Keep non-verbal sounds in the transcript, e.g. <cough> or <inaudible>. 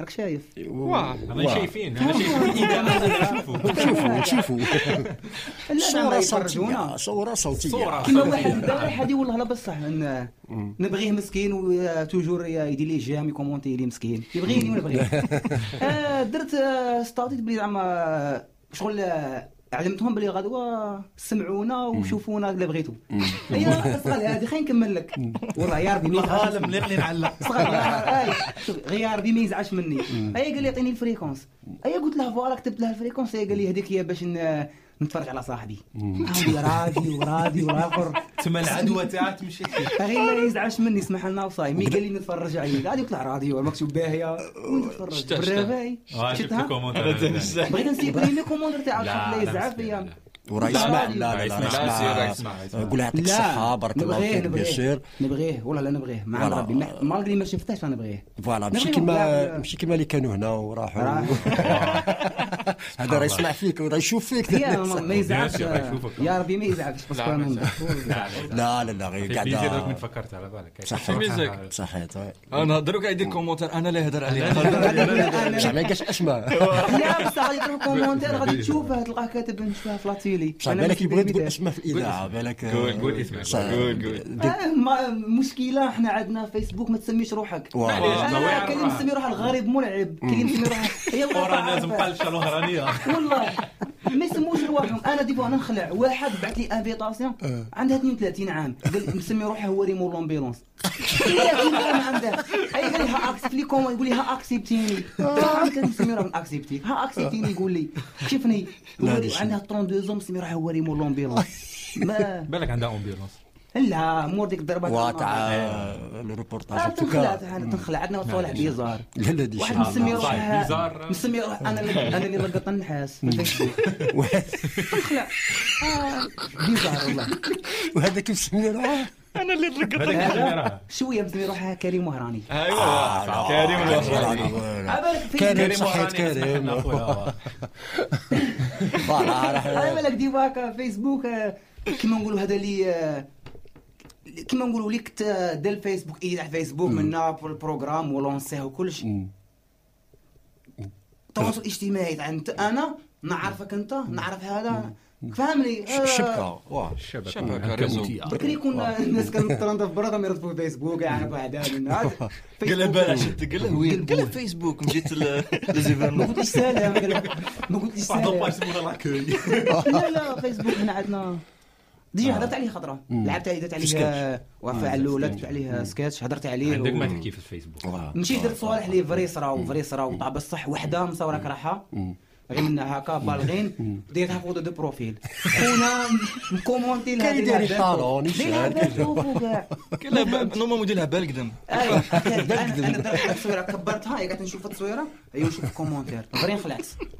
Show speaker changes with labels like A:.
A: راك شايف
B: واه
C: انا شايفين انا شايفين اذا ما نشوفوا
B: شوفوا شوفوا
A: لا لا ما
B: صورة
A: يفرجونا
B: صوتية صورة صوتية
C: صورة.
A: كيما واحد البارح هذه والله لا بصح إن- نبغيه مسكين وتوجور يدير لي جام يكومونتي لي مسكين يبغيني ونبغيه آه، درت آه، ستاتيت بلي زعما شغل آه، علمتهم بلي غدوه سمعونا وشوفونا اللي بغيتو هي صغال هذه خلينا نكمل لك والله يا ربي ما يزعلش
C: الغالب اللي نعلق
B: <laughs>
A: صغير آه، شوف غيار بي ما يزعلش مني اي قال لي اعطيني الفريكونس اي قلت له فوالا كتبت له الفريكونس اي قال لي هذيك هي باش ن- نتفرج على صاحبي <laughs> عندي رادي ورادي وراخر
C: تما العدوى تاعها تمشي
A: اخي ما يزعلش مني اسمح لنا وصاي مي قال لي نتفرج عليه غادي طلع راديو المكتوب
B: <laughs>
A: باهيه ونتفرج
C: شتا-
A: بالرافاي
C: آه، شفت
A: شفتها
C: الكومنت
A: بغيت نسيب لي لي كوموندر تاعو
C: لا،
A: شوف لا
C: لا،
A: يزعل
C: مسكين،
A: فيا
C: لا.
B: وراه
A: لا،
B: يسمع
A: لا،
B: لا لا
C: لا،
B: لا راه
C: يسمع،
B: يسمع
C: لا، يسمع، يسمع.
B: قول له يعطيك الصحة بارك الله
A: نبغيه
B: فيك بيان
A: نبغيه
B: سير
A: نبغيه والله لا نبغيه مع
B: فوالا.
A: ربي ما- مالغري ما شفتهاش انا نبغيه
B: فوالا ماشي
A: نبغيه
B: كيما
A: ونبغيه.
B: ماشي كيما اللي كانوا هنا وراحوا
A: راه.
B: <laughs> هذا راه يسمع فيك وراه يشوف فيك <laughs>
C: <laughs>
A: يا ما- ما يزعلش
C: يا أخي، شوفك.
A: يا ربي ما يزعلش باسكو
C: لا،
A: انا
C: ما
A: نضحك.
B: لا لا لا غير
C: دوك من
B: قاعدة
C: فكرت على بالك
B: صحيت صحيت وي.
D: انا دروك يدير كومونتير انا اللي يهضر عليه
B: بصح ما يلقاش اسماء
A: لا بصح غادي تروح كومونتير غادي تشوفه تلقاه كاتب نشوفها في لاتيلي
B: بصح
A: أنا
B: بالك
A: ماشي
B: يبغي تقول
A: بالبداية.
B: اسماء في الاذاعه بالك آه،
C: قول- قول اسمه،
B: صح.
C: قول- قول.
B: دير-
A: آه، ما مشكله احنا عندنا فيسبوك ما تسميش روحك آه،
B: واه.
C: معليش.
A: أنا
C: ضويع
A: كلمة
C: الراحة.
A: مسمي روحها الغريب ملعب كلمة مسمي روحها هي والله
C: ورا الناس
A: عارفة.
C: مقلشه الوهرانيه
A: والله ما يسموش رواحهم انا ديفو انا نخلع واحد بعث لي انفيتاسيون
B: آه.
A: عندها 32 عام قال مسمي روحه هو ريمو لومبيلونس 32 عام عندها اي قال لي ها اكسبليكوم يقول لي ها اكسبتيني كان مسمي روحه اكسبتي ها اكسبتيني يقول لي شفني
B: لا،
A: يقول لي
B: هذه
A: عندها 32 زوم مسمي روحه هو ريمو لومبيلونس ما
C: بالك عندها امبيلونس
A: لا مور ديك الضربه تاع
B: واتع
A: النار.
B: الريبورتاج
A: آه،
B: en tout
A: تنخلع
B: cas.
A: أنا تنخلع عندنا صالح بيزار
B: لا لا طيب. دي
A: واحد
B: شي.
A: مسمي
C: صحيح،
A: روحه
C: بيزار.
A: مسمي روحه انا اللي انا اللي لقط النحاس في الفيسبوك
B: وه-
A: تنخلع آه، بيزار والله
B: وهذا كيف سمي روحه
C: بالك
A: شويه مسمي روحها كريم وهراني
B: آه، لا،
C: ايوه كريم الوهراني
A: عبالك
B: كريم.
A: فين
C: كريم
B: صحيت
C: وهراني
B: كريم.
C: اسمح لنا أخويا.
B: فوالا راه
A: عبالك ديما هكا فيسبوك آه، كيما نقولوا هذا اللي آه، كيما نقولوا ليك تا- دا الفيسبوك ايدي تاع الفيسبوك منا بر- البروغرام ولونسيه وكلش التواصل الاجتماعي تاع انت انا نعرفك انت نعرف هذا فهمني آه،
B: الشبكه واه
D: شبكه ريزو
A: بكري كنا الناس كانت ترند في برا غير يردوا في فيسبوك يعرفوا اعدادنا
D: قال له بلا شفت قال له وين قال له فيسبوك مشيت ل-
A: ما <laughs>
D: لزيفيرمون
A: قلتليش سلام قال لك ما قلتليش
C: واحد
A: سلام
C: الباج اسمه لاكوي
A: لا لا فيسبوك هنا عندنا ديجا هضرت عليه خطره لعبت عليه آه، درت عليه وفاء علولة درت عليه آه، سكتش هضرت عليه
C: آه، عندك ما
A: و-
C: تحكي في الفيسبوك
B: واه.
A: مشيت درت صوالح لي فريسرا وفريسرا وطاع بصح وحده مصوره كراحه غير منها هكا بالغين ديتها فوتو دو بروفيل خونا مكومونتي لها
B: كيدير
A: ديرها بارتو.
B: الطالون، يشعل
A: ديرها
B: كيدير.
A: بارتو وكاع.
D: قال له ب- نورمالمون دير لها بالقدم
A: ايوه
C: <laughs>
A: أيوة، انا أنا درت على التصويره كبرتها هي قاعد نشوف التصويره هي نشوف الكومونتير فري خلعت